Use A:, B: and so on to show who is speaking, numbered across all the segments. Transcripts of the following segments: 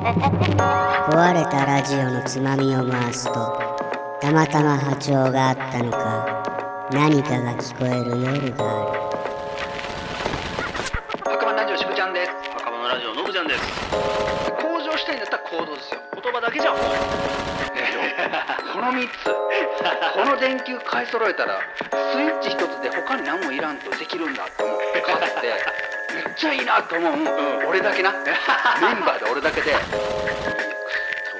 A: 壊れたラジオのつまみを回すとたまたま波長があったのか何かが聞こえる夜がある
B: 赤羽ラジオしぶちゃんです赤羽ラジオのぶちゃんです向上したいんだったら行動ですよ言葉だけじゃ遅いこの3つこの電球買い揃えたらスイッチ1つで他に何もいらんとできるんだと思って買ってめっちゃいいなと思う、俺だけ なメンバーで俺だけで
C: そう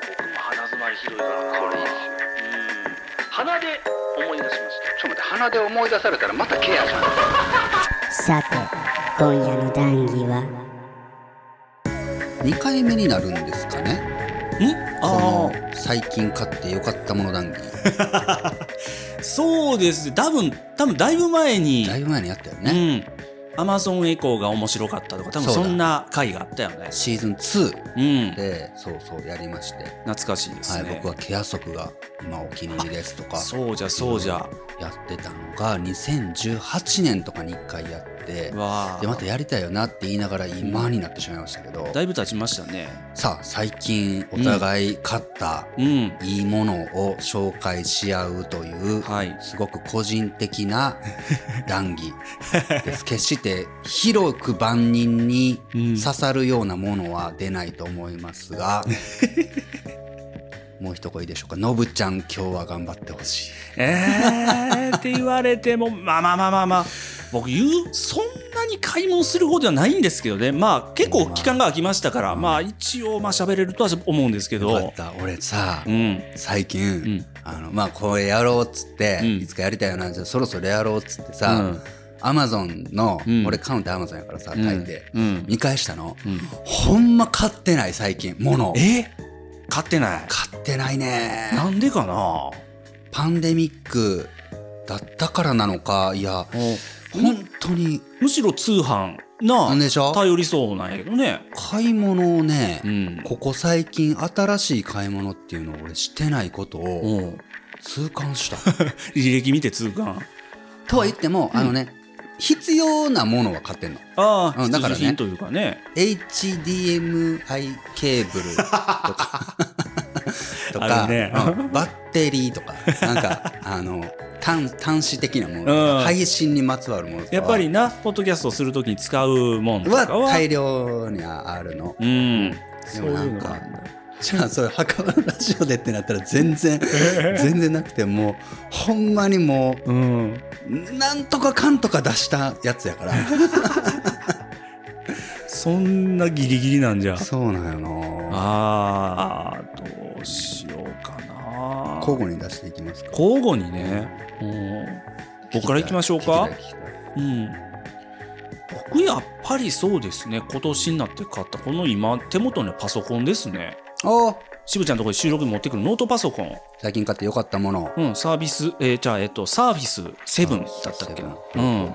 C: 僕も鼻づまりひどいから
B: これいいですよ
C: うん鼻で思い出しました
B: ちょっと待って鼻で思い出されたらまたケアします
A: さて今夜の談義は
D: 2回目になるんですかね
E: あ
D: この最近買ってよかったもの談義
E: あそうです多分多分だいぶ前に
D: だいぶ前にやったよね、
E: うんアマゾンエコーが面白かったとか多分
D: そう
E: そ
D: だ
E: んな回があったよね
D: シーズン2
E: うん
D: でそうそうやりまして、
E: 懐かしいです
D: は
E: ね、
D: い、僕はケア足が今お気に入りですとか
E: そうじゃそうじゃ
D: やってたのが2018年とかに1回やって
E: わあ
D: でまたやりたいよなって言いながら今になってしまいましたけど
E: だいぶ経ちましたね
D: さあ最近お互い買った
E: うん
D: いいものを紹介し合うという、
E: はい
D: すごく個人的な 談義です決して広く万人に
E: うん
D: 刺さるようなものは出ないと思いま すが、もう一声いいでしょうかのぶちゃん今日は頑張ってほしい
E: えー、って言われてもまあまあまあまあまあ僕言うそんなに買い物する方ではないんですけどねまあ結構期間が空きましたから、まあ一応まあ喋れるとは思うんですけ
D: よか
E: ど
D: った俺さ、
E: うん
D: 最近、
E: ん
D: あのまあこれやろうっつって、
E: うん
D: いつかやりたいよなじゃあそろそろやろうっつってさ、
E: うん
D: アマゾンの、
E: うん
D: 俺カウンターアマゾンやからさ
E: ん
D: 大抵、
E: うん
D: 見返したの、ほんま買ってない最近物
E: え買ってない
D: 買ってないね
E: なんでかな
D: パンデミックだったからなのかいや本当に
E: むしろ通販な
D: なんでしょ
E: 頼りそうなんやけどね
D: 買い物をね、
E: うん
D: ここ最近新しい買い物っていうのを俺してないことを
E: うん
D: 痛感した。
E: 履歴見て通販
D: とは言っても、あのね必要なものは買ってんの。
E: あ
D: う
E: あ
D: ん
E: 必
D: だ
E: 需
D: からね
E: 品というかね
D: HDMI ケーブル とかと
E: あ
D: か、
E: るね
D: うんバッテリーとかなんか あの端端子的なものとか、
E: うん
D: 配信にまつわるものとか
E: やっぱりなポッドキャストするときに使うもんと
D: は
E: かは
D: 大量にあるの。
E: うん
D: でもな
E: そういう
D: んか
E: のがあんだ
D: じゃあそれ墓場のラジオでってなったら全然 全然なくてもうほんまにも
E: うん
D: うなんとかかんとか出したやつや から
E: そんなギリギリなんじゃ。
D: そうなんよな
E: ああ、どうしようかな。
D: 交互に出していきますか
E: 交互にね。うん僕から行きましょうか
D: 聞。きたい聞きたい
E: うん。僕やっぱりそうですね。今年になって買ったこの今手元のパソコンですね。
D: おー
E: しぶちゃんのところに収録に持ってくるノートパソコン。
D: 最近買ってよかったもの
E: うん、サービス、えーじゃあ、えっと、サービス7だったっけな。うん。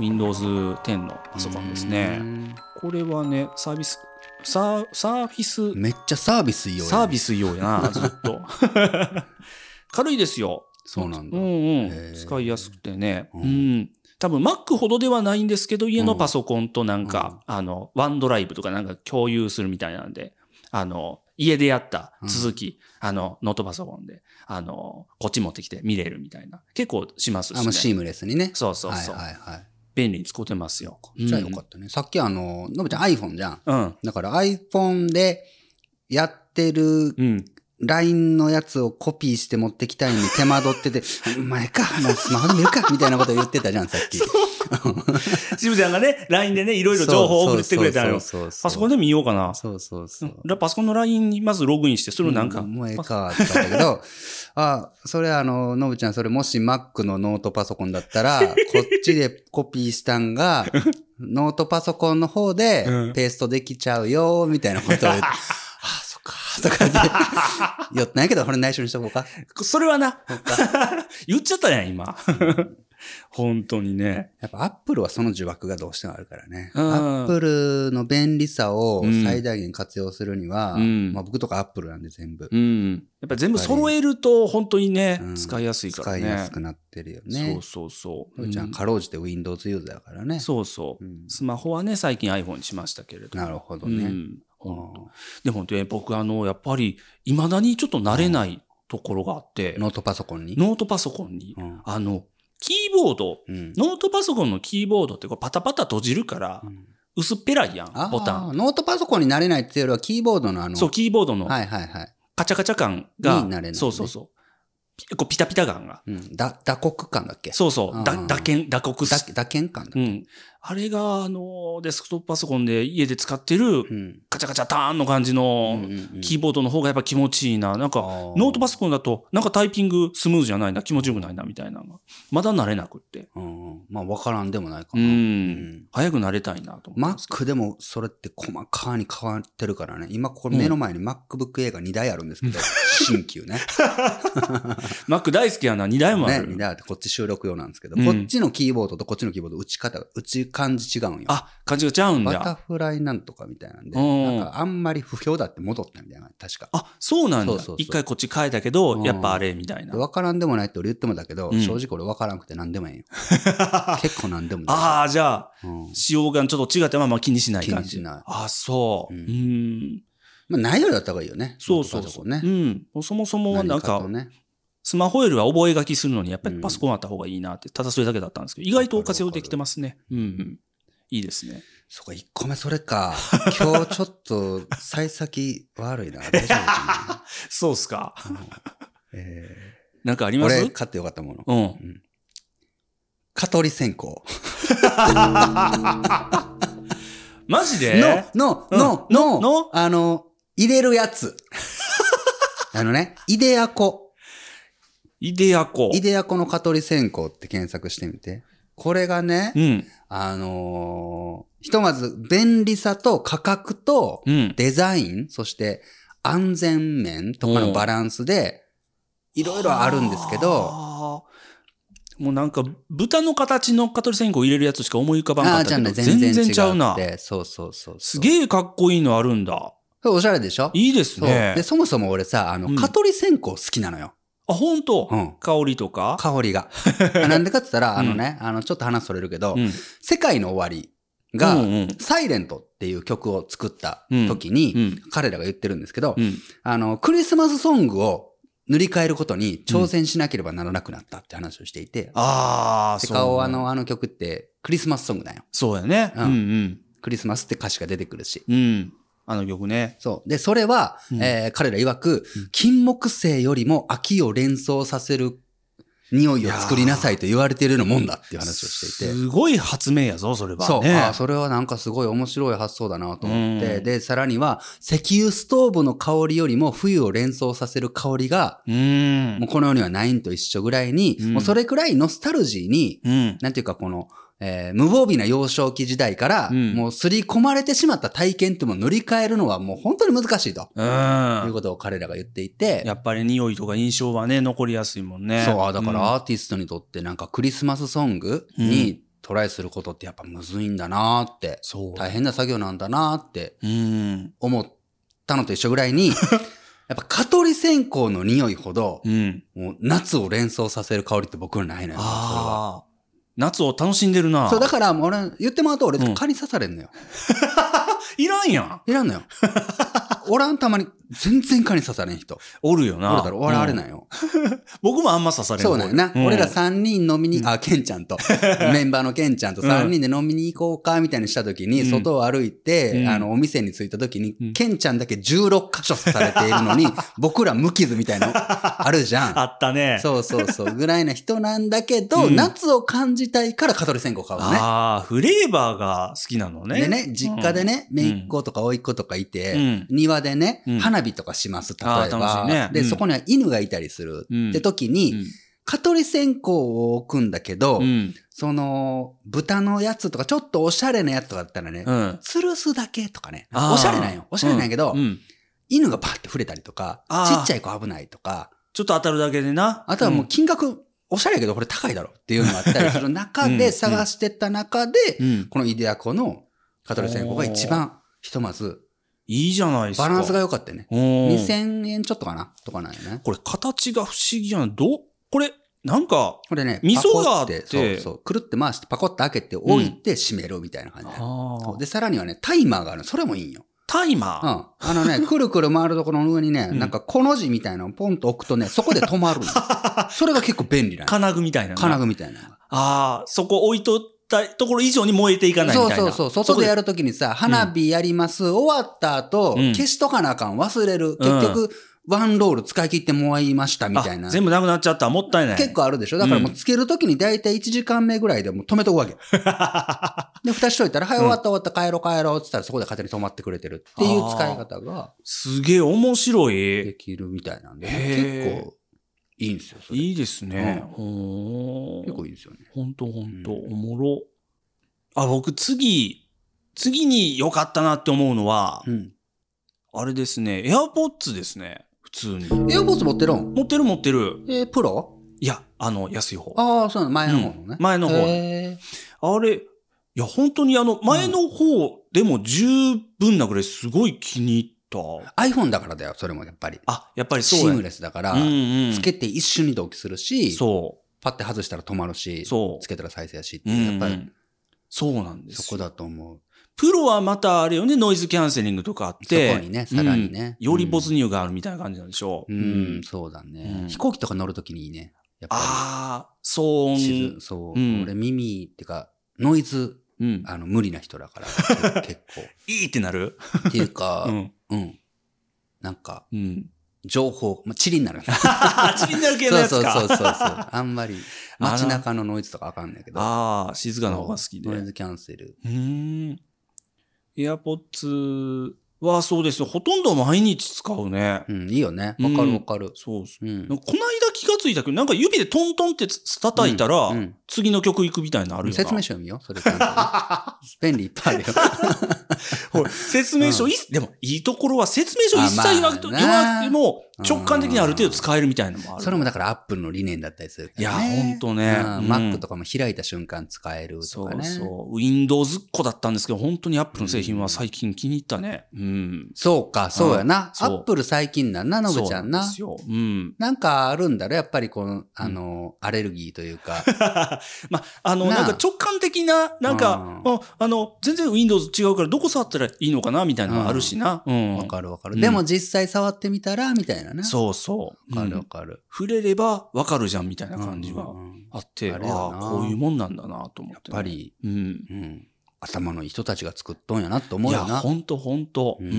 E: Windows 10のパソコンですね。これはね、サービス、サー、サーフィス
D: めっちゃサービスいいよ
E: サービス用やな、ずっと。 軽いですよ。
D: そうなん
E: う
D: だ、
E: んう
D: へ
E: ん。
D: ー
E: 使いやすくてね。
D: う
E: うんん。多分 Mac ほどではないんですけど、家のパソコンとなんか、あの、ワンドライブとかなんか共有するみたいなんで、あの、家でやった続き、あの、ノートパソコンで、あの、こっち持ってきて見れるみたいな。結構します
D: あもう
E: し
D: シ
E: ね。
D: ームレスにね
E: そうそうそう
D: はい。はいは
E: 便利に使ってますよ。
D: いじゃあよかったね、さっきあののぶちゃん iPhone じゃん
E: た。うん。
D: だから iPhone でやってる
E: うん。
D: LINE のやつをコピーして持ってきたいのに手間取って て、お前か、もうスマホで見るか、みたいなこと言ってたじゃん、さっき。
E: 渋ちゃんがね、LINE でね、いろいろ情報を送ってくれたのよ。
D: そうそうそう
E: パソコンで見ようかな。
D: そうそうそう。
E: らパソコンの LINE にまずログインして、それをなんか、
D: うもうええか、って言ったんだけど、 あ、それあの、のぶちゃん、それもし Mac のノートパソコンだっ たら、こっちでコピーしたんが、ノートパソコンの方で
E: うん
D: ペーストできちゃうよ、みたいなこ とを言って、あ、そっか、とかって。言ったんやけど、これ内緒にしとこうか。
E: それはな、 言っちゃったやん、今。本当にね。
D: やっぱアップルはその呪縛がどうしてもあるからね。
E: うん
D: アップルの便利さを最大限活用するには、
E: うん
D: まあ僕とかアップルなんで全部、
E: うん。やっぱ全部揃えると、本当にね、
D: うん
E: 使いやすいから
D: 使
E: ね。
D: いやすくなってるよね。
E: そうそうそう。
D: じゃ
E: うん
D: ん、かろうじて Windows ユーザーだからね。
E: そうそう、
D: うん
E: スマホはね、最近 iPhone にしましたけれども。
D: なるほどね
E: うんほんとでもね、僕、あの、やっぱり、未だにちょっと慣れないところがあって、
D: ノートパソコンに。
E: ノートパソコンに、
D: うん
E: あの、キーボード、
D: うん
E: ノートパソコンのキーボードってこうパタパタ閉じるから
D: う、ん
E: 薄っぺらいやん
D: あー、
E: ボタン。
D: ノートパソコンになれないっていうよりは、キーボードのあの、
E: そう、キーボードの
D: はいはいはい。
E: カチャカチャ感が、
D: になれないね
E: そうそうそう。ピこうピタピタ感が。
D: うん、だ打刻感だっけ
E: そうそう、
D: あ
E: だ、
D: ー
E: 打鍵、打刻
D: だ
E: し。
D: 打鍵感だっ
E: う
D: け、
E: ん。あれが、あの、デスクトップパソコンで家で使ってる
D: う、ん
E: カチャカチャターンの感じの、キーボードの方がやっぱ気持ちいいな。なんか、ノートパソコンだと、なんかタイピングスムーズじゃないな、気持ちよくないな、みたいなのが。まだ慣れなくって。
D: コン、うんうんまあ分からんでもないか
E: う
D: な、
E: ん。早く慣れたいなと思ってます。
D: Mac でもそれって細かに変わってるからね今ここ目の前に MacBook 映画2台あるんですけど、新旧ね
E: Mac 大好きやな、2台
D: ね
E: もある。
D: 2台あってこっち収録用なんですけど、
E: うん
D: こっちのキーボードとこっちのキーボード打ち方が打ち感じ違うんよ
E: あ、感じがちゃうん
D: バタ
E: だ。
D: フライなんとかみたいなんで、
E: うん
D: なんかあんまり不評だって戻ったみたいな、確か。
E: あ、そうなんだ
D: そうそうそう。
E: 一回こっち変えたけど
D: う、ん
E: やっぱあれ、みたいな。
D: わからんでもないって俺言ってもだけど、
E: うん
D: 正直俺わからんくて何 でもええんよ。結構何でもだよ
E: ああ、じゃあ、
D: うん
E: 使用がちょっと違ってもまあまあ気にしない感
D: 気
E: じ。
D: にしない
E: あそう。う
D: う
E: ん。
D: んまあ、ないよりだった方がいいよね。
E: そうそう
D: パソ
E: そ
D: コ
E: う。
D: ンね。
E: うん。そもそもはなん
D: 何
E: か
D: と、ね
E: スマホよりは覚え書きするのに、やっぱりパソコンあった方がいいなって、ただそれだけだったんですけど、意外と活用できてますね。うんうん。いいですね。
D: そこ1個目それか。今日ちょっと、幸先悪いな。大丈夫か
E: そうっすか。
D: なえ
E: なんかあり
D: ー
E: ます
D: 俺、買ってよかったもの。
E: うん。
D: 蚊取り線香。
E: マジで
D: の、
E: うん
D: の、
E: の
D: の、
E: の
D: の、あの、入れるやつ。 あのね、イデアコ。
E: イデアコ。
D: イデアコの蚊取り線香って検索してみて。これがね、
E: うん。
D: あのーひとまず便利さと価格と
E: うん。
D: デザイン、そして安全面とかのバランスで、いろいろあるんですけど、
E: あー。もうなんか、豚の形の蚊取り線香入れるやつしか思い浮かばん
D: あ
E: かっ
D: あー、じ
E: た
D: ゃ
E: け
D: あ
E: ど、
D: ね、
E: 全
D: 全然
E: 然
D: 違
E: ちゃうな。
D: ってそうそうそうそう。
E: すげえかっこいいのあるんだ。
D: おしゃれでしょ
E: いいです
D: そう
E: ね
D: で、。そもそも俺さ、あ
E: うん
D: の、蚊取り線香好きなのよ。
E: あ、本当、
D: うん
E: 香りとか
D: 香 りが。なんでかって言ったら、あのね、あの、ちょっと話それるけど、
E: うん。
D: 世界の終わりが、
E: うんうん
D: サイレントっていう曲を作った時に、
E: うん
D: 彼らが言ってるんですけど、
E: うん。
D: あの、クリスマスソングを塗り替えることに挑戦しなければならなくなったって話をしていて、
E: ああ、
D: で
E: そう。
D: 顔あ、の、あの曲ってクリスマスソングだよ。
E: そうやね。う
D: うんん
E: うん。
D: クリスマスって歌詞が出てくるし。
E: うん。あの曲ね。
D: そう。で、それは、
E: うん
D: えー彼ら曰く
E: うん、
D: 金木犀よりも秋を連想させる匂いを作りなさいと言われているようなもんだっていう話をしていて。
E: すごい発明やぞ、それは。
D: そう、
E: ね、
D: ああそれはなんかすごい面白い発想だなと思って、
E: うん
D: でさらには石油ストーブの香りよりも冬を連想させる香りが
E: うーん
D: もう。この世にはないんと一緒ぐらいに、
E: うん
D: もうそれくらいノスタルジーに、
E: うん。
D: なんていうかこの、えー無防備な幼少期時代から、
E: うん
D: もう刷り込まれてしまった体験っていうものを塗り替えるのはもう本当に難しいと、
E: う。
D: いうんことを彼らが言っていて、
E: やっぱり匂いとか印象はね、残りやすいもんね。
D: そう、あだからアーティストにとってなんかクリスマスソングにトライすることってやっぱむずいんだなーって、
E: そう。
D: 大変な作業なんだなーって
E: うん。
D: 思ったのと一緒ぐら いに、やっぱ蚊取り線香の匂いほど
E: う、ん。
D: もう夏を連想させる香りって僕はないのよ。
E: ああ。夏を楽しんでるな。
D: それはそう、だからもう俺、言ってもらうと俺
E: うん
D: 蚊に刺されんのよ。
E: いらんやん。
D: いら んのよ。おらんたまに、全然蚊に刺されん人。
E: おるよな。
D: 俺だろ、俺あれ
E: うん
D: なんよ。
E: 僕もあんま刺されん
D: そうなんよな。
E: ん
D: 俺ら3人飲みに、あ、ケンちゃんと、 メンバーのケンちゃんと
E: うん
D: 3人で飲みに行こうか、みたいにした時に、
E: うん
D: 外を歩いて、
E: うん
D: あの、お店に着いた時に、
E: うん
D: ケンちゃんだけ16箇所刺されているの に、僕ら無傷みたいのあるじゃん。
E: あったね。
D: そうそうそう。ぐらいな人なんだけど、
E: うん
D: 夏を感じたいから蚊取り線香買うのね。
E: ああ、フレーバーが好きなのね。
D: でね、実家でね、
E: ん
D: 姪っ子とか甥っ子とかいて、
E: うん
D: 庭でね、
E: うん
D: 花火とかします、例え
E: あー
D: ば。
E: 楽しいね
D: で、
E: うん
D: そこには犬がいたりする
E: うん
D: って時
E: う
D: に、
E: ん。
D: 蚊取り線香を置くんだけど、
E: うん。
D: その、豚のやつとか、ちょっとおしゃれなやつとかだったらね、
E: うん。
D: 吊るすだけとかね、
E: あー
D: おしゃれなんよ。おしゃれなんやけど、
E: うんうん
D: 犬がパって触れたりとか、
E: あー
D: ちっちゃい子危ないとか、
E: ちょっと当たるだけでな。
D: あとはも
E: う
D: う金額、おしゃれやけどこれ高いだろっていうのがあったりする中
E: うん
D: で、探してった中で、
E: ん、うん
D: このイデアコのカトル線香が一番、ひとまず、
E: いいじゃないですか。
D: バランスが良かったよね。
E: うん
D: 2000円ちょっとかなとかなんよね。
E: これ形が不思議やな。どう、これ、なんか、
D: これね、
E: 溝
D: パコ
E: があっ
D: ってて、そうそう、くるって回してパコって開けて置いて閉めるみたいな感じだよ
E: あー
D: で、さらにはね、タイマーがあるのそれもいいんよ。
E: タイマー、
D: うん。あのね、くるくる回るところの上にね、
E: うん
D: なんかこの字みたいなのをポンと置くとね、そこで止まるの。それが結構便利なの。
E: 金具みたいなのが
D: 金具みたいなのが。
E: ああ、そこ置いとったところ以上に燃えていかないみ
D: そう
E: たい
D: そ
E: な。
D: うそう。外でや
E: る。
D: るときにさ、花火やります、終わった後、
E: うん
D: 消しとかなあかん、忘れる。結局、ワンロール使い切ってもらいましたみたいな
E: あ。全部なくなっちゃった。もったいない。
D: 結構あるでしょだからもうつけるときに大体1時間目ぐらいでもう止めとくわけ。で、蓋しといたら、はい、終わった終わった、帰ろう帰ろうって言ったらそこで勝手に止まってくれてるっていう使い方が
E: すげえ面白い。
D: できるみたいなんで、
E: へー
D: 結構いいんですよ、それ
E: いいですね。
D: うん
E: ほ
D: 結構
E: ー
D: いいですよね。
E: ほんとほんと、
D: うん
E: おもろ。あ、僕次、次に良かったなって思うのは、
D: うん。
E: あれですね、AirPods ですね。普通に。
D: エアポーツ持ってるん
E: 持ってる持ってる。
D: えー、プロ
E: いや、あの、安い方。あ
D: ああ、そうなの。前の方のね。
E: うん前の方
D: へ
E: れ、いや、本当にあの、前の方でも十分なぐらいすごい気に入った。
D: ー iPhone だからだよ、それもやっぱり。
E: あ、やっぱりそう
D: シ
E: や
D: ー
E: ね
D: ムレスだから、
E: うんうん、
D: つけて一瞬に同期するし、
E: そ
D: パッて外したら止まるし、
E: う、そ
D: つけたら再生やしって
E: う。
D: いう、やっぱ
E: う
D: り
E: んそうなんですよ
D: そこだと思う。
E: プロはまたあれよね、ノイズキャンセリングとかあって。
D: そこにねさらにね
E: うんより没入があるみたいな感じなんでしょう。
D: う、
E: うん
D: そうだね、
E: うん
D: 飛行機とか乗るときにいいね。やっぱ
E: ああ、騒
D: り。静
E: 音。
D: そう、
E: うん
D: 俺耳っていうか、ノイズ、
E: うん。
D: あの、無理な人だ から、結
E: いいってなる
D: 構。っていうか、
E: う
D: うん、
E: ん。
D: なんか、
E: うん。
D: 情報、まあ、チリに なる。
E: ああ、ちびになる系の
D: そう
E: やつか。
D: そう そうそうそう。あんまり、街中のノイズとかわかんないけど。
E: ああ、静かな方が好きで。
D: ノイ
E: う
D: ズキャンセル。
E: ーん。エアポッツはそうですよ。ほとんど毎日使うね。
D: うん、いいよね。わかるわかる。
E: そうそう。
D: うん。
E: なんかこの間気がついたけど、なんか指でトントンってつ叩いたら、
D: うん
E: 次の曲行くみたいなのあるよな。
D: 説明書読みよ、それち ゃんとね。便利いっぱいあるよ。
E: ほら説明書、
D: うん
E: いでもいいところは説明書一切言わなくて、
D: あまあ
E: 言
D: な
E: わなくても直感的にある程度使えるみたいなのもある。
D: それもだからアップルの理念だったりするか
E: いや、
D: ら、ね。
E: ほんとね。
D: うん
E: うん
D: Mac とかも開いた瞬間使えると
E: そ
D: かね。
E: うそう。Windows っ子だったんですけど、本当に Apple の製品は最近気に入ったね。うん。
D: そうか、そうやな。
E: そ
D: ア
E: う
D: ップル最近なんな、のぶちゃんな
E: そうなんで。すよ。うん。
D: なんかあるんだろ、やっぱりこの、あの、アレルギーというか。
E: まあ、あの、
D: なあ
E: なんか直感的な、なんか、
D: う
E: ああの、全然 Windows 違うからどこ触ったらいいのかなみたいなのもあるしな。うん。
D: わかるわか
E: う
D: る。
E: ん
D: でも実際触ってみたら、みたいなね。
E: そうそう。
D: わか
E: う
D: る
E: ん
D: わかる。
E: 触れればわかるじゃんみたいな感じが
D: うんうんうんや
E: あって、
D: あれやな
E: ああ、こういうもんなんだなと思って、
D: っぱ。り、
E: うん。
D: うん。頭のいい人たちが作っとんやなって思
E: いうや、
D: よな。
E: ほんとほんと。う。
D: うん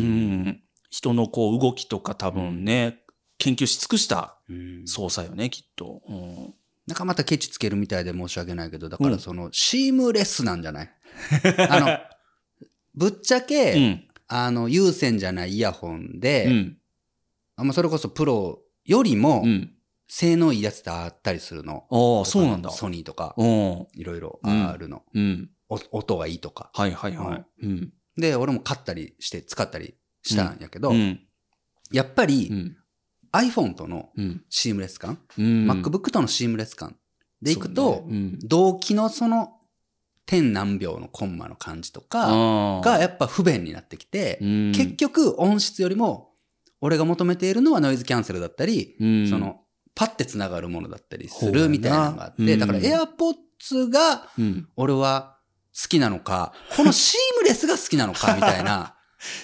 D: ん
E: 人のこう動きとか多分ね、研究し尽くした
D: うん
E: 操作よね、きっと。うん、
D: なんかまたケチつけるみたいで申し訳ないけど、だか
E: う
D: ら
E: ん
D: その、シームレスなんじゃ ないあの、ぶっちゃけ、
E: うん。
D: あの、有線じゃないイヤホンで、
E: うん。
D: あんまそれこそプロよりも
E: う、ん。
D: 性能いいやつってあったりするの。
E: ああ、そうなんだ。
D: ソニーとか、
E: うん。
D: いろいろ
E: うん
D: あるの、
E: うん。
D: お音がいいとか。
E: はいはいはい。うん。
D: で、俺も買ったりして、使ったりしたんやけど、
E: うん。
D: やっぱり、
E: うん
D: iPhone との
E: うん。
D: シームレス感、
E: うん。
D: MacBook とのシームレス感でいく
E: そう
D: と、
E: ねうん。
D: 同期のその、点何秒のコンマの感じとか、
E: あ
D: がやっぱ不便になってきて、
E: うん、
D: 結局音質よりも、俺が求めているのはノイズキャンセルだったり、
E: うん、
D: その、パッて繋がるものだったりす
E: ほうやな
D: るみたいなのがあっ
E: う
D: て、
E: ん
D: だから AirPods が
E: うん、
D: 俺は好きなのか、このシームレスが好きなのかみた いな。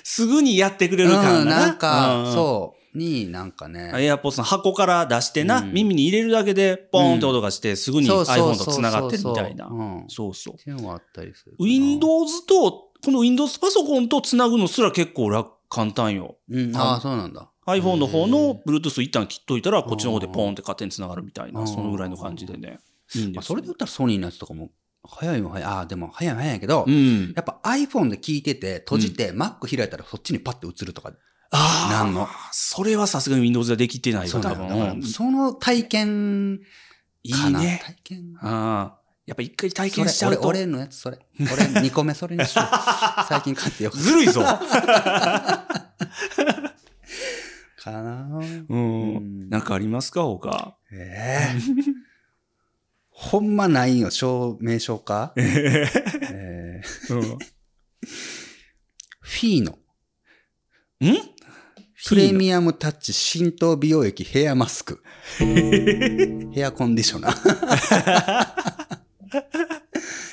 E: すぐにやってくれ
D: う
E: る
D: ん、
E: 感がな。
D: なんか、
E: うん
D: そう、になんかね。
E: エアポッツの箱から出してな、
D: うん
E: 耳に入れるだけで、ポーンって音がして、すぐに
D: そうそう
E: iPhone
D: そう
E: と
D: そう
E: 繋がってるみたいな
D: う。ん。っ
E: そうそう。
D: ていうのがあったりするかな。
E: Windows と、この Windows パソコンと繋ぐのすら結構楽、簡単よ。
D: うん、ああ、そうなんだ。
E: iPhone の方
D: う
E: の
D: ん
E: Bluetooth 一旦切っといたら、こっちの方でポーンって勝手に繋がるみたいうな、
D: ん
E: そのぐらいの感じでね。いいん
D: ま
E: で
D: あ、
E: す
D: そ
E: よ
D: れで言ったらソニーのやつとかも、早いも早い。ああ、でも早いも早いけど
E: う、ん。
D: やっぱ iPhone で聞いてて、閉じて、Mac 開いたらそっちにパッて映るとか。
E: ああ。
D: なんの
E: それはさすがに Windows でできてないよ、多
D: だよ
E: 分。
D: だから
E: うん
D: その体験
E: い
D: か
E: い
D: な。
E: ね。
D: 体験。
E: ああ。やっぱ一回体
D: そ
E: 験
D: れ
E: しちゃうと。
D: 俺、俺のやつ、それ。俺、2個目それ にしよう。最近買ってよかっ
E: ずるいぞ。
D: たかな。
E: うん。なんかありますか、他。
D: ええほんまないんよ、証明書か。ええフィーノ。
E: ん
D: プレミアムタッチ浸透美容液ヘアマスク。ヘアコンディショナー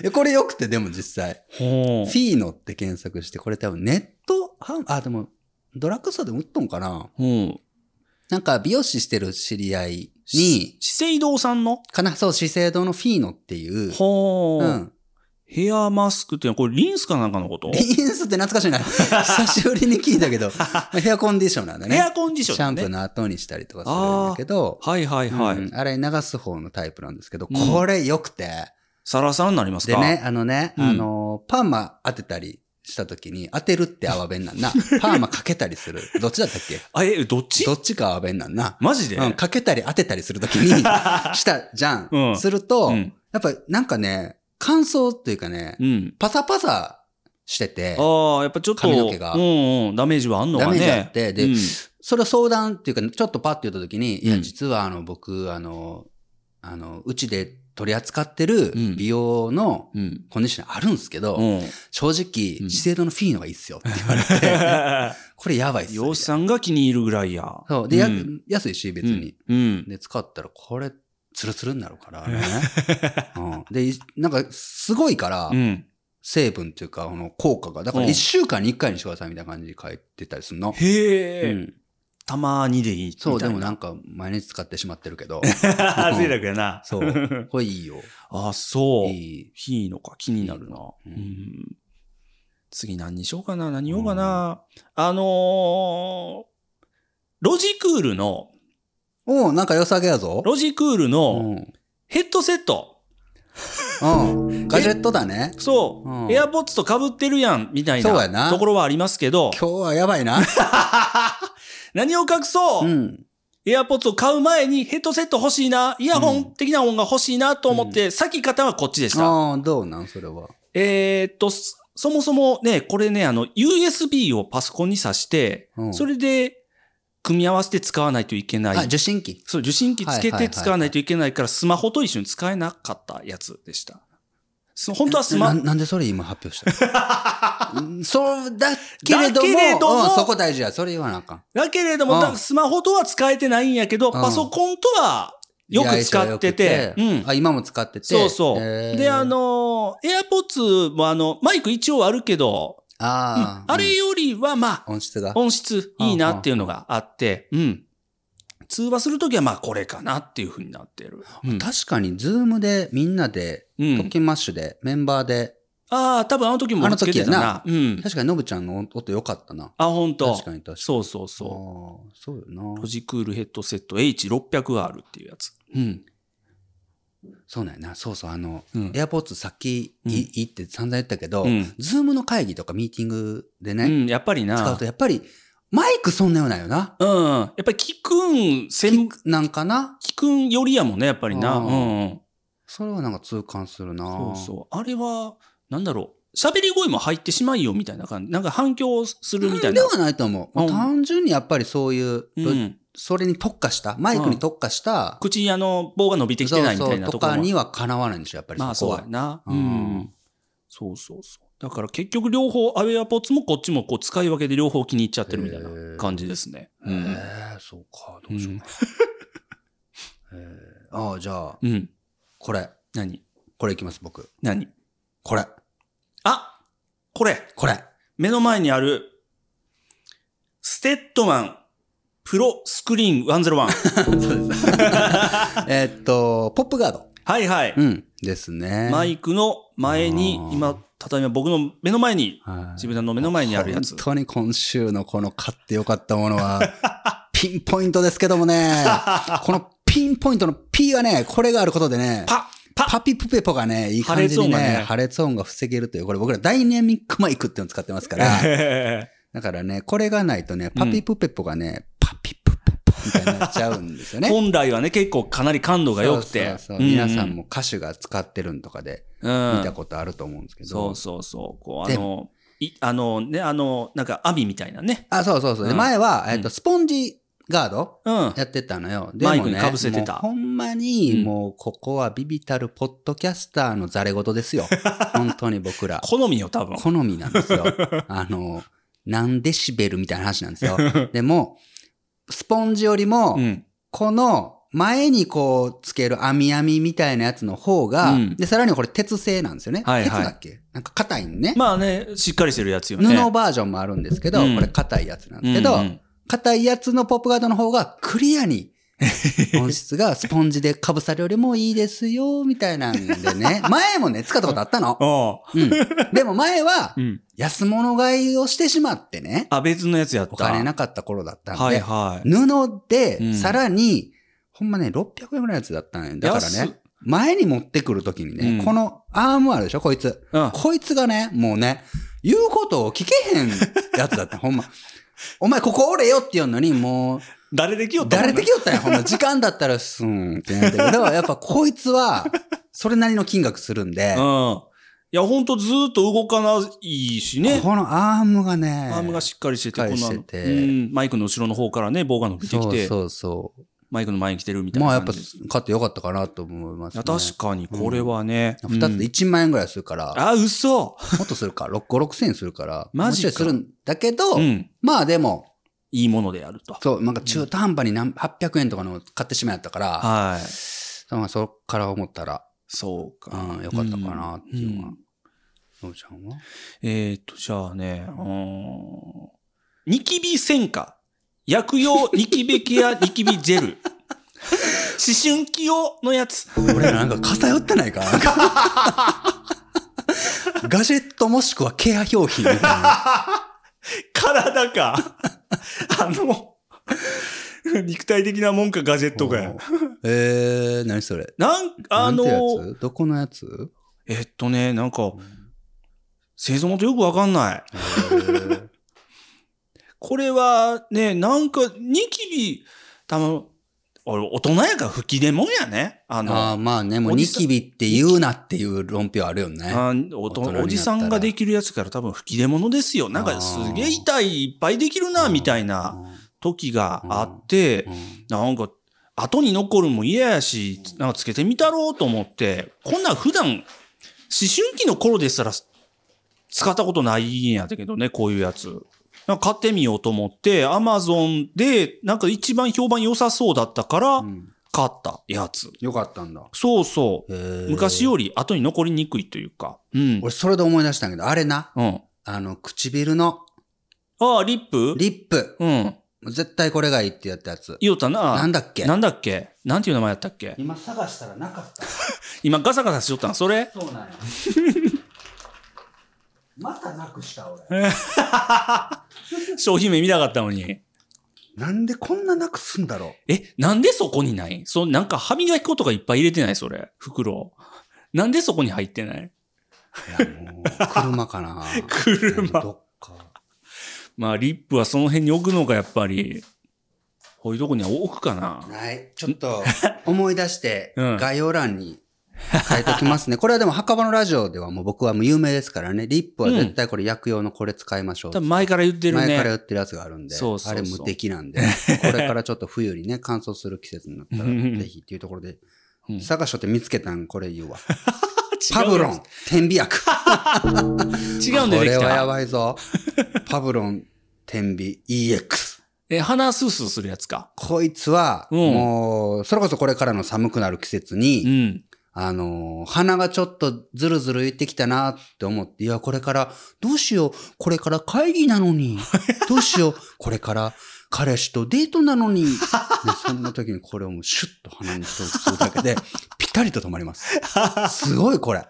D: いや。これよくて、でも実際。
E: ほ
D: フィーノって検索して、これ多分ネットハンあ、でも、ドラッグストアでも売っとんかな
E: うん。
D: なんか、美容師してる知り合いに、
E: 資生堂さんの
D: かな、そう、資生堂のフィーノっていう、
E: ほ
D: う
E: ー、
D: ん。
E: ヘアマスクっていうのは、これリンスかなんかのこと
D: リンスって懐かしいな。久しぶりに聞いたけど、まあヘアコンディショナーだね。
E: ヘアコンディション
D: シャンプー
E: ね。
D: の後にしたりとかするんだけど、
E: はいはいはい。
D: うんあれ流す方のタイプなんですけど、
E: うん
D: これ良くて。
E: サラサラになります
D: で
E: か
D: ね、あのね、
E: うん
D: あの、パーマ当てたりした時に、当てるって泡 弁なんな。パーマかけたりする。どっちだったっけ
E: あ、え、どっち
D: どっちか泡弁なんな。
E: マジで、
D: うん、かけたり当てたりする ときに、したじゃん。
E: うん
D: すると、
E: うん
D: やっぱなんかね、乾燥というかね、
E: うん。
D: パサパサしてて、
E: ああ、やっぱちょっと、
D: 髪の毛が
E: うんうん、ダメージはあんのか
D: ダ
E: ね。
D: メージあって、
E: う
D: で、
E: ん
D: それを相談っていうか、ちょっとパッて言ったときに、いうや、
E: ん
D: 実はあの、僕、あの、あの、うちで取り扱ってる
E: うん
D: 美容の
E: うん。
D: コンディションあるんですけど、
E: うん。
D: 正直、
E: うん
D: 資生堂のフィーのがいいっすよって言われて、 これやばいっすよ
E: 洋
D: み
E: 師
D: たい
E: さんが気に入るぐらいや。
D: なそう。で、や
E: うん
D: 安いし、別に。
E: うん。うん
D: で、使ったら、これ、ツルツルになるか らね。うん、で、いなんか、すごいから、
E: うん。
D: 成分っていうか、この効果が。だから、
E: うん
D: 1週間に1回にしてくださいみたいな感じで書いてたりするの。
E: へ
D: う
E: え、
D: ん、
E: たまにでいいみたい
D: そう、で も
E: な。
D: なんか、毎日使ってしまってるけど。
E: あ
D: うん
E: 贅沢やな。
D: そう。これいいよ。
E: あ、そう。い
D: いい。
E: いのか、気になるな。
D: う
E: うんん次何にしようかな、何言おうかな。あのーロジクールの、
D: おうなんか良さげやぞ。
E: ロジクール
D: うん
E: の。ヘッドセット。
D: うん。ガジェットだね。
E: そうう、
D: ん
E: エアポッツと被ってるやん、みたい
D: そうやな
E: なところはありますけど、
D: 今日はやばいな。
E: 何を隠そう、
D: うん。
E: エアポッツを買う前にヘッドセット欲しいな、イヤホン的な音が欲しいなと思って、先方はこっちでした。
D: ああ、どうなんそれは。
E: えーっと、そそもそもね、これね、あの、USB をパソコンに挿して、
D: うん
E: それで組み合わせて使わないといけな
D: あ、
E: い。
D: 受信機。
E: そう、受信機つけ
D: はいはいはいは
E: て
D: い
E: 使わないといけないから、スマホと一緒に使えなかったやつでした。そ本当はスマ
D: な
E: ホ、
D: なんでそれ今発表した のうんそうだけれど
E: だ
D: も
E: けれども
D: うんそこ大事や。それ言わなあかん。
E: だけれども、
D: うん
E: だスマホとは使えてないんやけど、
D: ん
E: パソコンとはよく使ってて、
D: よく
E: うん
D: あ、今も使ってて。
E: そうそう。
D: へー
E: で、あ、のー、AirPods もあの、マイク一応あるけど、うん
D: あ
E: あ
D: あ、
E: れよりはまあ、
D: うん音質が。
E: 音質いいなっていうのがあって、うん。通話するときはまあこれかなっていうふうになってる。うん
D: 確かに、ズームでみんなで、
E: うん
D: 特訓マッシュで、メンバーで、
E: ああ、多分あの時もつけてた
D: あの
E: な。うん。
D: 確かにノブちゃんの音良かったな。
E: あ、本当。
D: 確かに確かに
E: そうそうそ
D: ああそうよな
E: う。ロ。ジクールヘッドセット H600R っていうやつ。うん。
D: そうなんやな。そうそう。あの、
E: うん
D: エアポッツさっきい
E: うん
D: いいって散々言ったけど、
E: うん
D: ズームの会議とかミーティングで
E: う
D: ね、
E: ん、やっぱりな。
D: 使うとやっぱり、マイクそんなようなんよな。
E: うん。やっぱり聞くん、せん、聞
D: なんかな
E: くんよりやもんね、やっぱりな。
D: あー
E: うんうん。
D: それはなんか痛感するな。
E: そうそう。あれは、なんだろう。喋り声も入ってしまいよみたいな感じ。なんか反響するみたい
D: で
E: な。
D: はないと思う。
E: うん
D: 単純にやっぱりそういう、
E: うん。
D: それに特化した、マイクに特化した、
E: 口にあの棒が伸びてき
D: そう
E: てないみ
D: そう
E: たいなと
D: と
E: ころ
D: か
E: も
D: にはかなわないんでしょ、やっぱり
E: まあ
D: そ
E: そ
D: こ
E: う
D: は。
E: やな。
D: う
E: うんん。そうそうそう。だから結局両方、アウェアポッツもこっちもこう使い分けで両方気に入っちゃってるみたい
D: へー
E: な感じですね。うん。
D: ええそうか、どうしようかな。えーああ、じゃあ、
E: うん。
D: これ、
E: 何
D: これいきます、僕。
E: 何
D: これ、
E: あこれ
D: これ。
E: 目の前にある、ステッドマンプロスクリーン101。
D: えーっと、ポップガード。
E: はいはい。
D: うん。ですね。
E: マイクの前に
D: あー、
E: 今、た今僕の目の前に、
D: はい
E: 自分の目の前にあるやつ
D: 本。当に今週のこの買ってよかったものは、 ピンポイントですけど もね、このピンポイントの P がね、これがあることでね、
E: パッパッ
D: パピプペポがね、いい感じ
E: 破裂
D: に
E: 音が
D: ね
E: ね、
D: 破裂音が防げるという、これ僕らダイナミックマイクっていうのを使ってますから、だからね、これがないとね、パピプペポがね、パピプペポみたいになっちゃうんですよね。
E: 本来はね、結構かなり感度が良くて。
D: そうそうそう
E: うう
D: 皆さんも歌手が使ってるんとかで
E: うん
D: 見たことあると思うんですけど、
E: そうそうそう。こう、あ
D: で
E: の、いあのね、あの、なんか網みたいなね。
D: あ、そうそうそう。で
E: うん
D: 前は、えっ
E: う
D: と、
E: ん
D: スポンジガード
E: うん。
D: やってたのよ。
E: マイクに被せてた
D: もうほんまに、
E: うん
D: もうここはビビたるポッドキャスターのザレ言で すよ。本当に僕ら。
E: 好みよ、多分。
D: 好みなんです よ。あの、何 デシベルみたいな話なんですよ。でも、スポンジよりも、
E: うん。
D: この前にこうつける網網みたいなやつの方が、
E: うん
D: で、さらにこれ鉄製なんですよね。
E: はいはい
D: 鉄だっけなんか硬いんね、
E: まあね、しっかりしてるやつよね。
D: 布バージョンもあるんですけど、
E: うん
D: これ硬いやつなんですけど、
E: うんうん
D: 硬いやつのポップガードの方がクリ アに音質がスポンジで被されるよりもいいですよ、みたいなん でね。前もね、使ったことあったの。
E: あ
D: うん。でも前
E: あ。
D: は
E: う、ん。
D: 安物買いをしてしまってね、
E: あ、別のやつやった。
D: お金なかった頃だったんで、
E: はいはい。
D: 布
E: う
D: で、
E: ん
D: さらに、ほんまね、600円ぐらいのやつだったんよだから
E: 安っ
D: ね、前に持ってくるときにね、
E: うん
D: このアームあるでしょ、こいつ。
E: うん。
D: こいつがね、もうね、言うことを聞けへんやつ だった、ほんま。お前ここ折れよって言うのに、もう、
E: 誰できよったもん
D: 誰
E: な
D: できよったんや、ほんま。時間だったら、すーんってなるけど、 やっぱこいつは、それなりの金額するんで、
E: うん。いや、ほんとずーっと動かないしね。
D: このアームがね、
E: アームがしっかりしてて、
D: しっかりして
E: こん
D: て
E: なうん、マイクの後ろの方からね、棒が伸びてきて、
D: そうそうそ
E: マイクの前に来てるみ
D: う。
E: たい
D: まあや
E: な
D: っぱ
E: 感じ。
D: 買ってよかったかなと思います、ね。
E: いや確かに、これはね。
D: 二つで
E: うん
D: 1万円ぐらいするから、
E: あ、嘘
D: もっとするか、6、5、6千円するから、
E: マジか
D: もうちょいするんだけど、
E: うん。
D: まあでも、
E: いいものであると。
D: そう、なんか中途半端に何800円とかの買ってしまったから、
E: はい。
D: まあそっから思ったら、
E: そう
D: う
E: か。
D: ん、よかったかなっていうのは
E: うん。
D: のぶちゃんは
E: えーっと、じゃあね、うーんニキビ専科。薬用ニキビケアニキビ ジェル。思春期用のやつ。
D: 俺なんか偏ってないか なんかガジェットもしくはケア用品みたいな。
E: 体か。 あの、肉体的なもんかガジェットかや。
D: えー、何それ
E: なん、あ
D: なんてや
E: の、
D: つどこのやつ
E: えっとね、なんか、製造元よくわかんない。
D: えー
E: これはね、なんか、ニキビ、たま、俺、大人やから吹き出もんやね。あの、
D: あーまあね、もう
E: お
D: ニ
E: じさん
D: キビって言うなっていう論評あるよね。
E: あおと
D: 大人になったら
E: おじさんができるやつから多分吹き出物ですよ。なん
D: あー
E: かすげえ痛いいっぱいできるな、みたいな時があっ
D: う
E: て
D: ん、
E: なんか後に残るも嫌やし、なんかつけてみたろうと思って、こんなん普段、思春期の頃ですら使ったことないんやったけどね、こういうやつ。なんか買ってみようと思って、アマゾンでなんか一番評判良さそうだったから
D: う、ん
E: 買ったやつ。
D: よかったんだ。
E: そうそ
D: へ
E: う。
D: ー
E: 昔より後に残りにくいというか。うん。
D: 俺それで思い出したんやけど、あれな、
E: うん。
D: あの、唇の
E: ああ、リップ
D: リップ。
E: うん。
D: 絶対これがいいってやったやつ。
E: 言おったな。
D: なんだっけ
E: なんだっけなんていう名前やったっけ
D: 今探したらなかった。
E: 今ガサガサしよったんそれ
D: そう なんや。またなくした俺。
E: 商品名見なかったのに。
D: なんでこんななくすんだろ。
E: え、なんでそこにないそう、なんか歯磨き粉とかいっぱい入れてないそれ。袋。なんでそこに入ってないう
D: いやもう、車かな。
E: 車
D: どっか。
E: まあ、リップはその辺に置くのがやっぱり、こういうとこには置くかな。
D: はい。ちょっと、思い出して、
E: うん
D: 概要欄に書いておきますね。これはでも、墓場のラジオではもう僕はもう有名ですからね。リップは絶対これ薬用のこれ使いましょう。
E: 多分前から言ってるね。
D: 前から売ってるやつがあるんで、
E: そうそうそう
D: あれ無敵なんで、 これからちょっと冬にね、乾燥する季節になったら、
E: うん
D: ぜひっていうところで
E: う、ん
D: 探しとって見つけたん、これ言うわ。
E: 違う
D: パブロン、天美薬。
E: 違うんで
D: こ
E: でき
D: れはや
E: た。
D: ばいぞ。パブロン、天美 EX。
E: え、鼻スースーするやつか。
D: こいつは、
E: うん
D: もう、それこそこれからの寒くなる季節に、
E: うん。
D: あのー鼻がちょっとずるずる言ってきたなって思って、いや、これから、どうしよう、これから会議な のに、どうしよう、これから彼氏とデートなのに、ねそんな時にこれをもうシュッと鼻に通するだ けで、ぴったりと止まります。すごいこれ。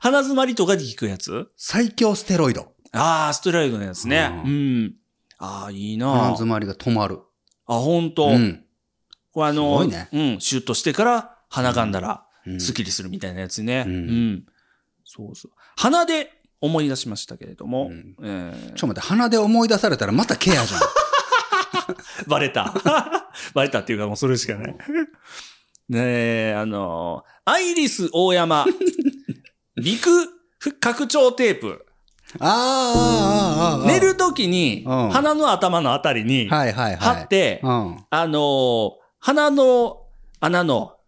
E: 鼻詰まりとかで効くやつ
D: 最強ステロイド。
E: ああ、ストライドのやつね。う
D: うん
E: ん。ああ、いい
D: 鼻
E: なあ。
D: 詰まりが止まる。
E: あ、ほんと。
D: うん。
E: これあ
D: すご
E: の、
D: いね
E: うん、シュッとしてから鼻かんだら、
D: うん
E: スッキリするみたいなやつね。う。
D: うんん
E: そうそう。鼻で思い出しましたけれども、
D: うん
E: えー
D: ちょっと待って、鼻で思い出されたらまたケアじゃん。
E: バレた。 バレたっていうかもうそれしかない。ねえ、あの、アイリス大 山、陸拡張テープ。
D: あーあー、あーあー、
E: 寝るときに、
D: うん
E: 鼻の頭のあたりに
D: はいはいはい。
E: 貼って、
D: うん。
E: あのー鼻の穴の、こ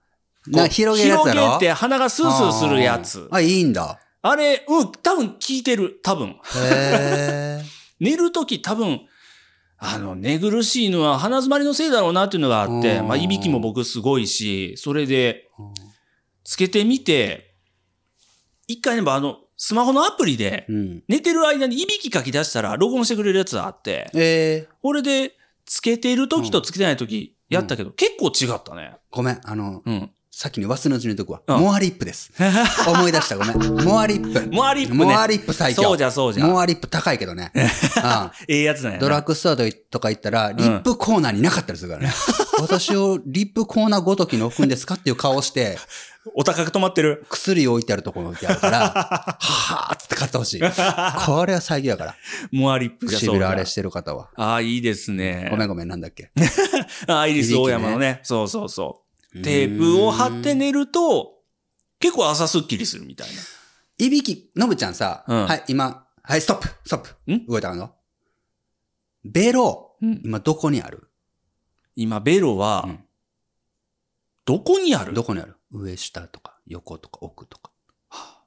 D: な
E: う
D: 広げるやつやろ
E: 広げて鼻がスースーするやつ。
D: あ、いいんだ。
E: あれ、うん、多分効いてる。多分。
D: へえ。
E: 寝るとき多分、あの、寝苦しいのは鼻詰まりのせいだろうなっていうのがあって、
D: うん
E: まあ、いびきも僕すごいし、それで、つけてみて、一回ね、あの、スマホのアプリで、
D: うん。
E: 寝てる間にいびきかき出したら、録音してくれるやつがあって、
D: えー、
E: これで、つけている時とつけてない時やったけど、結構違ったね。
D: ごめん、あの、
E: うん。
D: さっきに忘れのうちに言っとくわ。
E: うん
D: モアリップです。思い出した、ご めん。モアリップ。
E: モアリップね。
D: モアリップ最強。
E: そうじゃそうじゃ。
D: モアリップ高いけど ね。うん
E: ええやつなんやな。
D: ドラッグストアとか行ったら、リップコーナーになかったりするから ね。私をリップコーナーごときに置くんですかっていう顔して、
E: お高く止まってる。
D: 薬置いてあるところに置いてあるから、はぁーっつって買ってほしい。これは最強やから。
E: モアリップじゃそうじ
D: 唇
E: ゃ
D: あれしてる方は。
E: ああ、いいですね。
D: ごめんごめん、なんだっけ。
E: あ、イリス大山のね。そうそうそう。テープを貼って寝ると、結構朝すっきりするみたい
D: いびき、のぶちゃんさ、
E: うん
D: はい、今、はい、ストップ、ストップ。
E: ん
D: 動いたのベロ、
E: な。うん
D: 今どこにある
E: 今、ベロは、
D: うん
E: どこにある
D: どこにある上下とか、横とか、奥とか。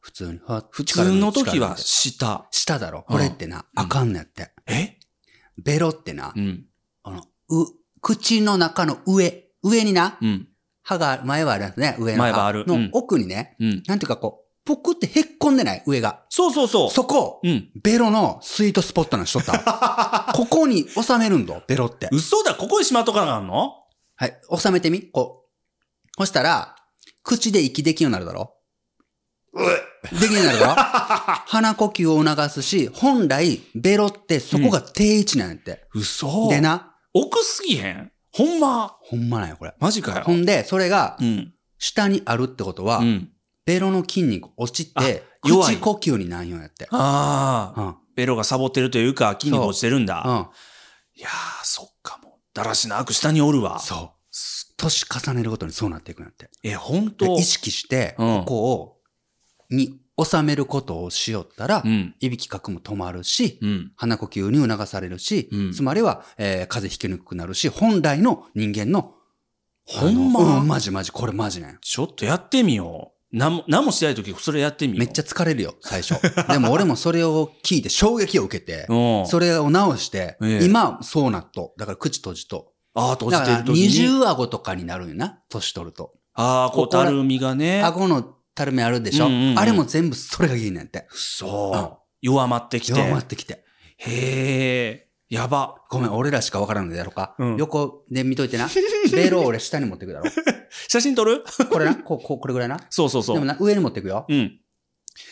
D: 普通に。普
E: 普通の時は下。
D: 下だろ。
E: うん
D: これってな、
E: うん
D: あかんのやって。
E: え
D: ベロってな
E: う、ん。
D: あの、う、口の中の上、上にな、
E: うん。
D: 歯が、前はあるやつね、上の
E: 前
D: 歯
E: はあるう
D: の
E: ん
D: 奥にね、
E: うん。
D: なんていうかこう、ポクってへっこんでない、上が。
E: そうそうそう。
D: そこ、
E: うん。
D: ベロのスイートスポットなんしとった。 ここに収めるんだ、ベロって。
E: 嘘だ、ここにしまっとかなあかんの
D: はい、収めてみ、こう。そしたら、口で息できるようになるだろうできるようになるだろ鼻呼吸を促すし、本来、ベロってそこが定位置なんやって。
E: 嘘。
D: で。な、
E: 奥すぎへん。ほんま。
D: ほんまなんや、これ。
E: マジかよ
D: ほ。んで、それが
E: う、ん。
D: 下にあるってことは、
E: うん。
D: ベロの筋肉落ちて、
E: あ弱い
D: 口呼吸になんようやって。
E: あ
D: う
E: あ、
D: ん。
E: ベロがサボってるというか、筋肉落ちてるんだ。
D: うん。
E: いやー、そっかもう。だらしなく下におるわ。
D: そう。年重ねるごとにそうなっていくんやって。
E: え、本
D: で
E: 当
D: 意識して、
E: うん
D: ここを、に収めることをしよったら、
E: うん。
D: いびきかくも止まるし、
E: うん。
D: 鼻呼吸に促されるし、
E: うん
D: つまりは、えー風邪ひきにくくなるし、本来の人間の、
E: ほんま
D: あのうん、マジマジ、これマジね。
E: ちょっとやってみよう。なんも、なんもしないとき、それやってみよう。
D: めっちゃ疲れるよ、最初。でも俺もそれを聞いて衝撃を受けて、
E: うん。
D: それを直して、
E: ええ
D: 今、そうなっと。だから口閉じと。
E: ああ、閉
D: だ
E: じ
D: か
E: て
D: ら
E: るときに。
D: 二重顎とかになるんよな、年取ると。
E: ああ、こう、たるみがね。
D: 顎のたるみあるでしょ、
E: うんうんうん
D: あれも全部それがいいねんって。うん
E: そう。弱まってきて。
D: 弱まってきて。
E: へえ。やば。
D: ごめん、俺らしかわからんのでやろうか、
E: うん
D: 横で見と いてな。ベロを俺下に持ってくだろ。
E: 写真撮る
D: これな、こう、こうこれぐらいな。
E: そうそうそ
D: でも
E: う。
D: な、上に持ってくよ。
E: うん。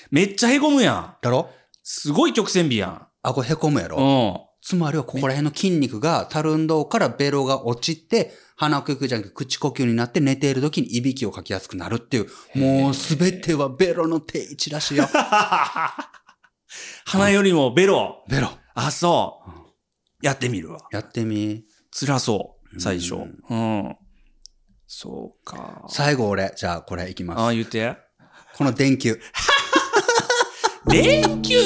E: めっちゃへこむやん。
D: だろ
E: すごい曲線美やん。
D: 顎へこむやろ、
E: うん。
D: つまりはここら辺の筋肉がたるんどうからベロが落ちて、鼻呼吸じゃなくて口呼吸になって寝ている時にいびきをかきやすくなるっていう、もうすべてはベロの定位置らしいよ。
E: 鼻より もベロ。
D: ベロ。
E: あ、そう
D: うん。
E: やってみるわ。
D: やってみ。
E: 辛そう、最初。
D: う
E: うん
D: ん。
E: そうか。
D: 最後俺、じゃあこれいき
E: あ
D: ま
E: あ、
D: す。
E: 言って。
D: この電球。
E: 電球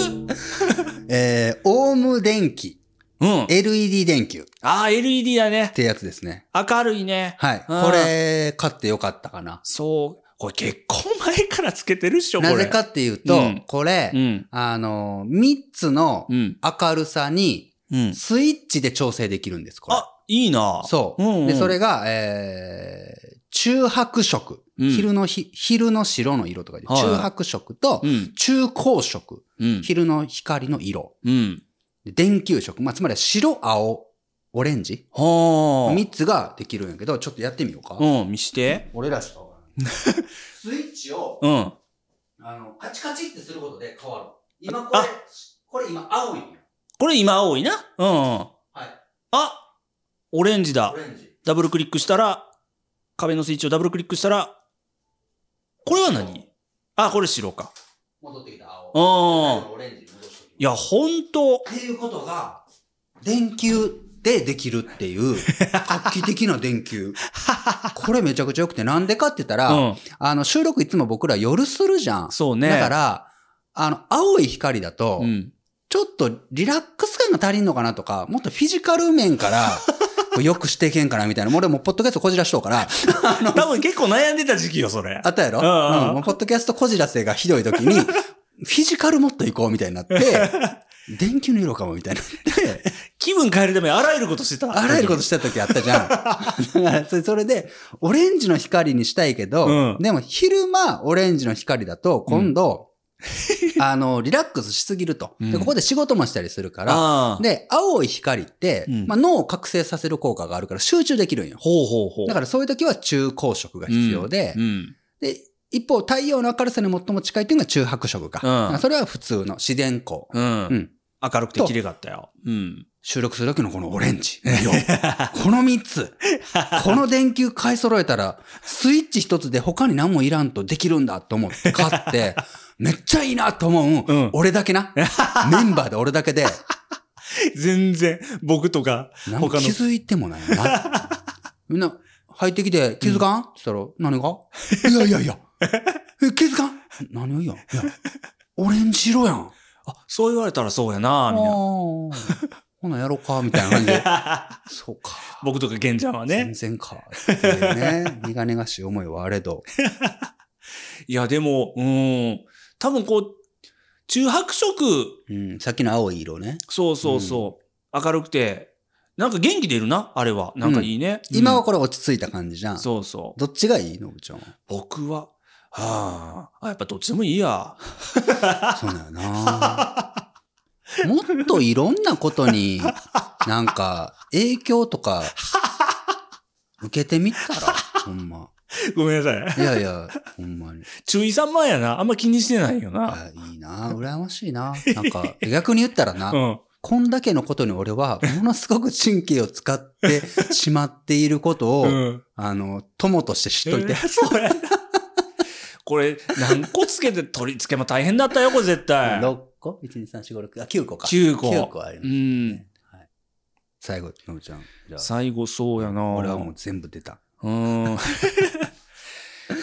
D: えー、オウム電気、
E: うん。
D: LED 電球っ
E: ああ、LED だね。
D: てやつですね。
E: 明るいね。
D: はい。
E: あー
D: これ、買ってよかったかな。
E: そう。これ結構前からつけてるっしょ、これ。
D: なぜかっていうと、
E: うん
D: これ、
E: うん。
D: あのー、3つの
E: うん。
D: 明るさに、
E: うん。
D: スイッチで調整できるんです、これ。
E: あ、いいな。
D: そう、
E: んん
D: で、それが、えー、中白色。
E: うん
D: 昼のひ、昼の白の色とかで、
E: はいはい
D: 中白色と
E: う、ん。
D: 中光色。
E: うん。
D: 昼の光の色。
E: うん。
D: で電球色。まあ、つまりは白、青、オレンジ。
E: はあ。
D: 3つができるんやけど、ちょっとやってみようか。
E: うん、見して。
D: 俺らしかわか らない。スイッチを、
E: うん。
D: あの、カチカチってすることで変わる。今こ
E: あ
D: れ、これ今青いんよ
E: これ今青いな。うんうん。
D: はい。
E: あオレンジだ
D: オ。レンジ。
E: ダブルクリックしたら、壁のスイッチをダブルクリックしたら、これは何あ、これ白か。
D: 戻ってきた青。
E: うん。
D: オレンジに戻してき
E: いや、ほんと。
D: た。っていうことが、電球でできるって いう、画期的な電 球。これめちゃくちゃ良くて、なんでかって言った
E: う
D: ら、
E: ん。
D: あの、収録いつも僕ら夜するじゃん。
E: そうね。
D: だから、あの、青い光だと、
E: うん。
D: ちょっとリラックス感が足りんのかなとか、もっとフィジカル面 から、こうよくしていけんかなみたいな。もう俺もうポッドキャストこじらしとうから、
E: 多分結構悩んでた時期よ、それ
D: あ。ったやろ
E: うんうんうん
D: うん。もうポッドキャストこじらせがひどい時 に、フィジカルもっと行こうみたいになって、電球の色かもみたいになって、
E: 気分変えるためにあらゆることしてた。
D: あらゆることした時あったじゃん。だ からそれ、それで、オレンジの光にしたいけど、
E: うん
D: でも昼間、オレンジの光だと、今度、 あの、リラックスしすぎると。
E: うん
D: で、ここで仕事もしたりするから、
E: ああ。
D: で、青い光って、
E: うん
D: まあ、脳を覚醒させる効果があるから集中できるんよ。
E: ほうほうほう。
D: だからそういう時は中光色が必要で、
E: うん。
D: で、一方、太陽の明るさに最も近いっていうのが中白色か。
E: うん
D: だからそれは普通の自然光。
E: うん。
D: うん
E: 明るくて綺麗かったよ。うん。
D: 収録する時のこのオレンジ。 色この3つ。この電球買い揃えたら、スイッチ1つで他に何もいらんとできるんだと思って買って、めっちゃいいなと思う。
E: うん
D: 俺だけな。メンバーで俺だけで、
E: 全然、僕とか、
D: なんか気づいて もないな。みんな、入ってきて、気づかん、って言ったら、何 がいやいやいや。え、気づかん何を言うやん。いや、オレンジ色やん。
E: あ、そう言われたらそうやな、みたいな。
D: ほな、やろうか、みたいな感 じで。そうか。
E: 僕とか玄ちゃんはね
D: 全。然か。ってい うね。苦々しい思いはあれど。
E: いや、でも、うん。多分こう、中白色、
D: うん。さっきの青い色ね。
E: そうそうそう。明るくて、なんか元気出るな、あれは。なんかいいね。
D: 今は
E: うん
D: これ落ち着いた感じじゃん。
E: そうそう。
D: どっちがいいのぶちゃんは。
E: 僕は、はあ、あ、やっぱどっちでもいいや。
D: そうだよな。もっといろんなことに、なんか、影響とか、受けてみたら、ほんま。
E: ごめんなさい。
D: いやいや、ほんまに。
E: 注意さん前やな。あんま気にしてないよな。
D: あいいな、羨ましいな。なんか、逆に言ったらな、
E: うん。
D: こんだけのことに俺は、ものすごく神経を使ってしまっていることを、
E: うん。
D: あの、友として知っといて。
E: そうやな。これ、何個つけて、取り付けも大変だったよ、これ絶対。
D: 6個 ?1、2、3、4、5、6。あ、9個か。
E: 9個
D: 9個あります
E: う
D: ね。
E: ん。
D: はい、最後、のぶちゃん。じゃあ、
E: 最後、そうやな。
D: 俺はもう全部出た。
E: うん。うん。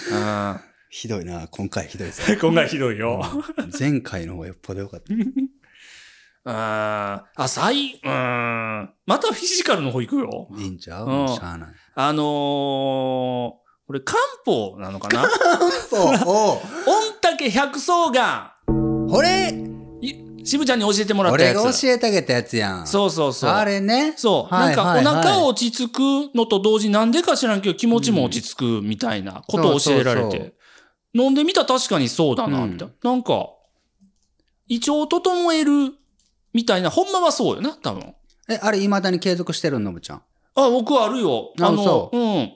E: 今
D: ひどいな、今回ひどいぞ。
E: 回ひどいよ。
D: うん前回の方がよっぽどよかった。
E: あーあ、最、うーん。またフィジカルの方行くよ。
D: いいんちゃう
E: うん
D: しゃあない。
E: あのー、これ漢方なのか な
D: そう
E: 御嶽百草丸
D: お俺
E: い渋ちゃんに教えてもらった
D: 俺
E: やつ。
D: が教えてあげたやつやん。
E: そうそうそう。
D: あれね。
E: そう。
D: は
E: ないんか
D: は
E: お
D: いはい
E: 腹落ち着くのと同時になんでか知らんけど気持ちも落ち着くみたいなことを教えられ
D: そうそう
E: て。飲んでみたら確かにそうだな、
D: うん
E: みたいな。なんか、胃腸を整えるみたいな、ほんまはそうよな、多分。
D: え、あれ、未だに継続してるのぶちゃん。
E: あ、僕あるよ。
D: あ
E: あの
D: そ、
E: うん。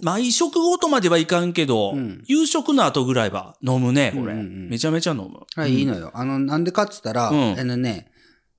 E: 毎食ごとまではいかんけど、
D: うん
E: 夕食の後ぐらいは飲むね、これ。
D: うんうんうん
E: めちゃめちゃ飲む。
D: はい、いいのよ。あの、なんでかっつったら、
E: うん
D: あのね、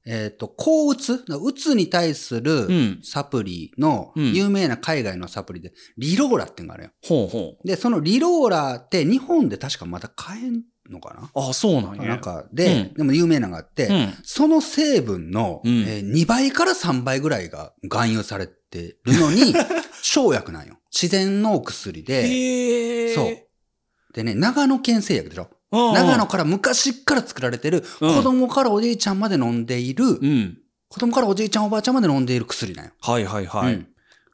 D: えっ、と、抗うつ、うつに対する
E: うん
D: サプリの、
E: うん
D: 有名な海外のサプリで、リローラっていうのがあるよ。
E: ほうほ
D: で、そのリローラって日本で確かまた買えんのか
E: う。あ、そうなん
D: な、
E: や。
D: なんか、で、
E: うん
D: でも有名なのがあって、
E: うん。
D: その成分の、
E: うん
D: え2倍から3倍ぐらいが含有されてる のに、生薬なんよ。自然のお薬で、
E: へえ。
D: そう。でね、長野県製薬でしょ
E: うんうん。
D: 長野から昔から作られてる、
E: うん
D: 子供からおじいちゃんまで飲んでいる、
E: うん。
D: 子供からおじいちゃんおばあちゃんまで飲んでいる薬なんよ。
E: はいはいは
D: う
E: い。
D: ん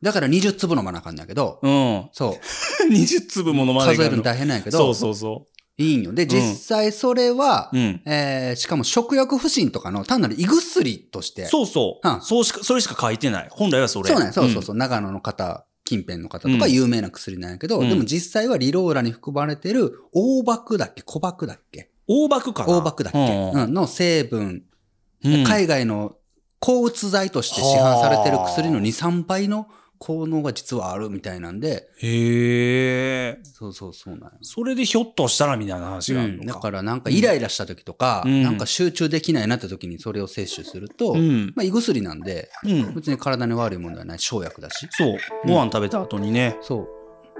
D: だから20粒飲まなあかんだけど、
E: うん。
D: そう、
E: 20粒も飲まない
D: 数
E: か
D: え
E: ら
D: るの大変なんやけど、
E: そうそうそ
D: いいんよ。で、実際それは、
E: う。うん。
D: えーしかも食薬不振とかの単なる胃薬として、
E: そうそうう。
D: ん
E: そうしか、それしか書いてない。本来はそれ。
D: そうなんやそうそうそう、長野の方、近辺の方とか
E: うん
D: 有名な薬なんやけど、
E: うん
D: でも実際はリローラに含まれてる、大爆だっけ小爆だっけ
E: うん。大爆かな。
D: 大爆だっけ、
E: うん
D: うんの成分
E: うん。
D: 海外の抗うつ剤として市販されてる薬の2、3倍の効能が実はあるみたいなんで、
E: へえ。
D: そうそうそうなんよ
E: それでひょっとしたらみたいな話がある
D: うん
E: の
D: だ
E: か。
D: からなんかイライラした時とか、
E: うん
D: なんか集中できないなって時にそれを摂取すると、
E: うん。
D: まあ胃薬なんで、
E: うん。
D: 別に体に悪いものではない、生薬だし。
E: そう。ご飯食べた後にね。
D: そう。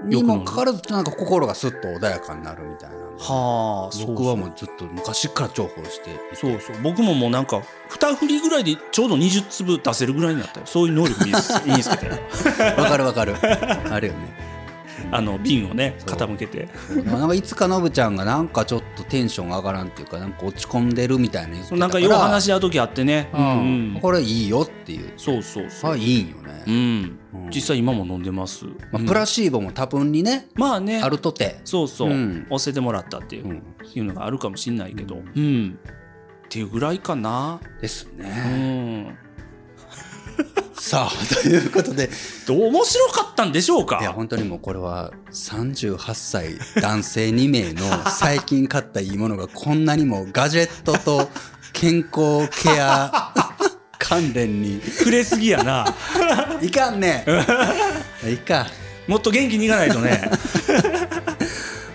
E: よ
D: に
E: く飲む
D: もかかわらず、なんか心がスッと穏やかになるみたいなんで。
E: はあ、
D: 僕はも
E: う
D: うずっと昔から重宝してい て
E: そう。そうそう。僕ももうなんか、二振りぐらいでちょうど20粒出せるぐらいになったよ。そういう能力身につ 身につけて。
D: わかるわかる。あるよ ね。
E: あの、瓶をね、
D: そう
E: 傾けて。
D: でもなんかいつかのぶちゃんがなんかちょっとテンションが上がらんっていうか、なんか落ち込んでるみたいな言っ
E: そ
D: てたか
E: うな
D: ら。
E: んかよう話し合う時あってね。う
D: うん
E: ん。うん
D: これいいよっていう。
E: そうそうそう。
D: あ、いいんよ
E: う
D: ね。
E: ん。
D: うん
E: 実際今も飲んでます。
D: ま
E: う
D: あ、
E: ん
D: プラシーボも多分にね、
E: まあね
D: あ、るとて。
E: そうそう、
D: うん
E: 教えてもらったっていう,、
D: う
E: い
D: ん
E: うのがあるかもしれないけど、うん。っていうぐらいかな。
D: です
E: う
D: ね。
E: ん。
D: さあ、ということで、
E: どう面白かったんでしょう
D: いや、
E: か
D: 本当にもうこれは38歳男性2名 の最近買ったいいものがこんなにもガジェットと健康ケ ア関連に
E: 触れすぎやな。
D: いかんね いいか。
E: もっと元気にいかないと ね。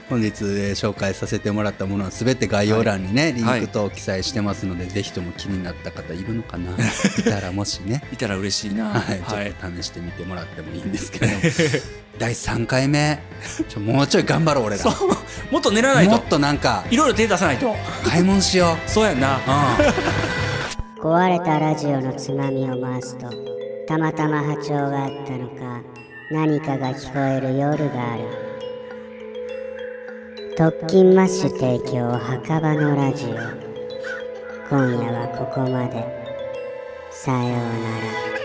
D: 本日、えー紹介させてもらったものは全て概要欄にね、リ
E: はい
D: ンク等記載してますので、ぜひとも気になった方いる のかないたらもしね、
E: いたら嬉しいな。
D: はい、
E: はい。
D: ちょっと試してみてもらってもいいんで すけど第3回目ちょもうちょい頑張ろう俺ら
E: そうもっと練らないと
D: もっ。となんか
E: いろいろ手出さないと。
D: 買い物しよう
E: そうやんな。
A: 壊れたラジオのつまみを回すとたまたま波長があったのか何かが聞こえる夜がある特勤マッシュ提供墓場のラジオ今夜はここまでさようなら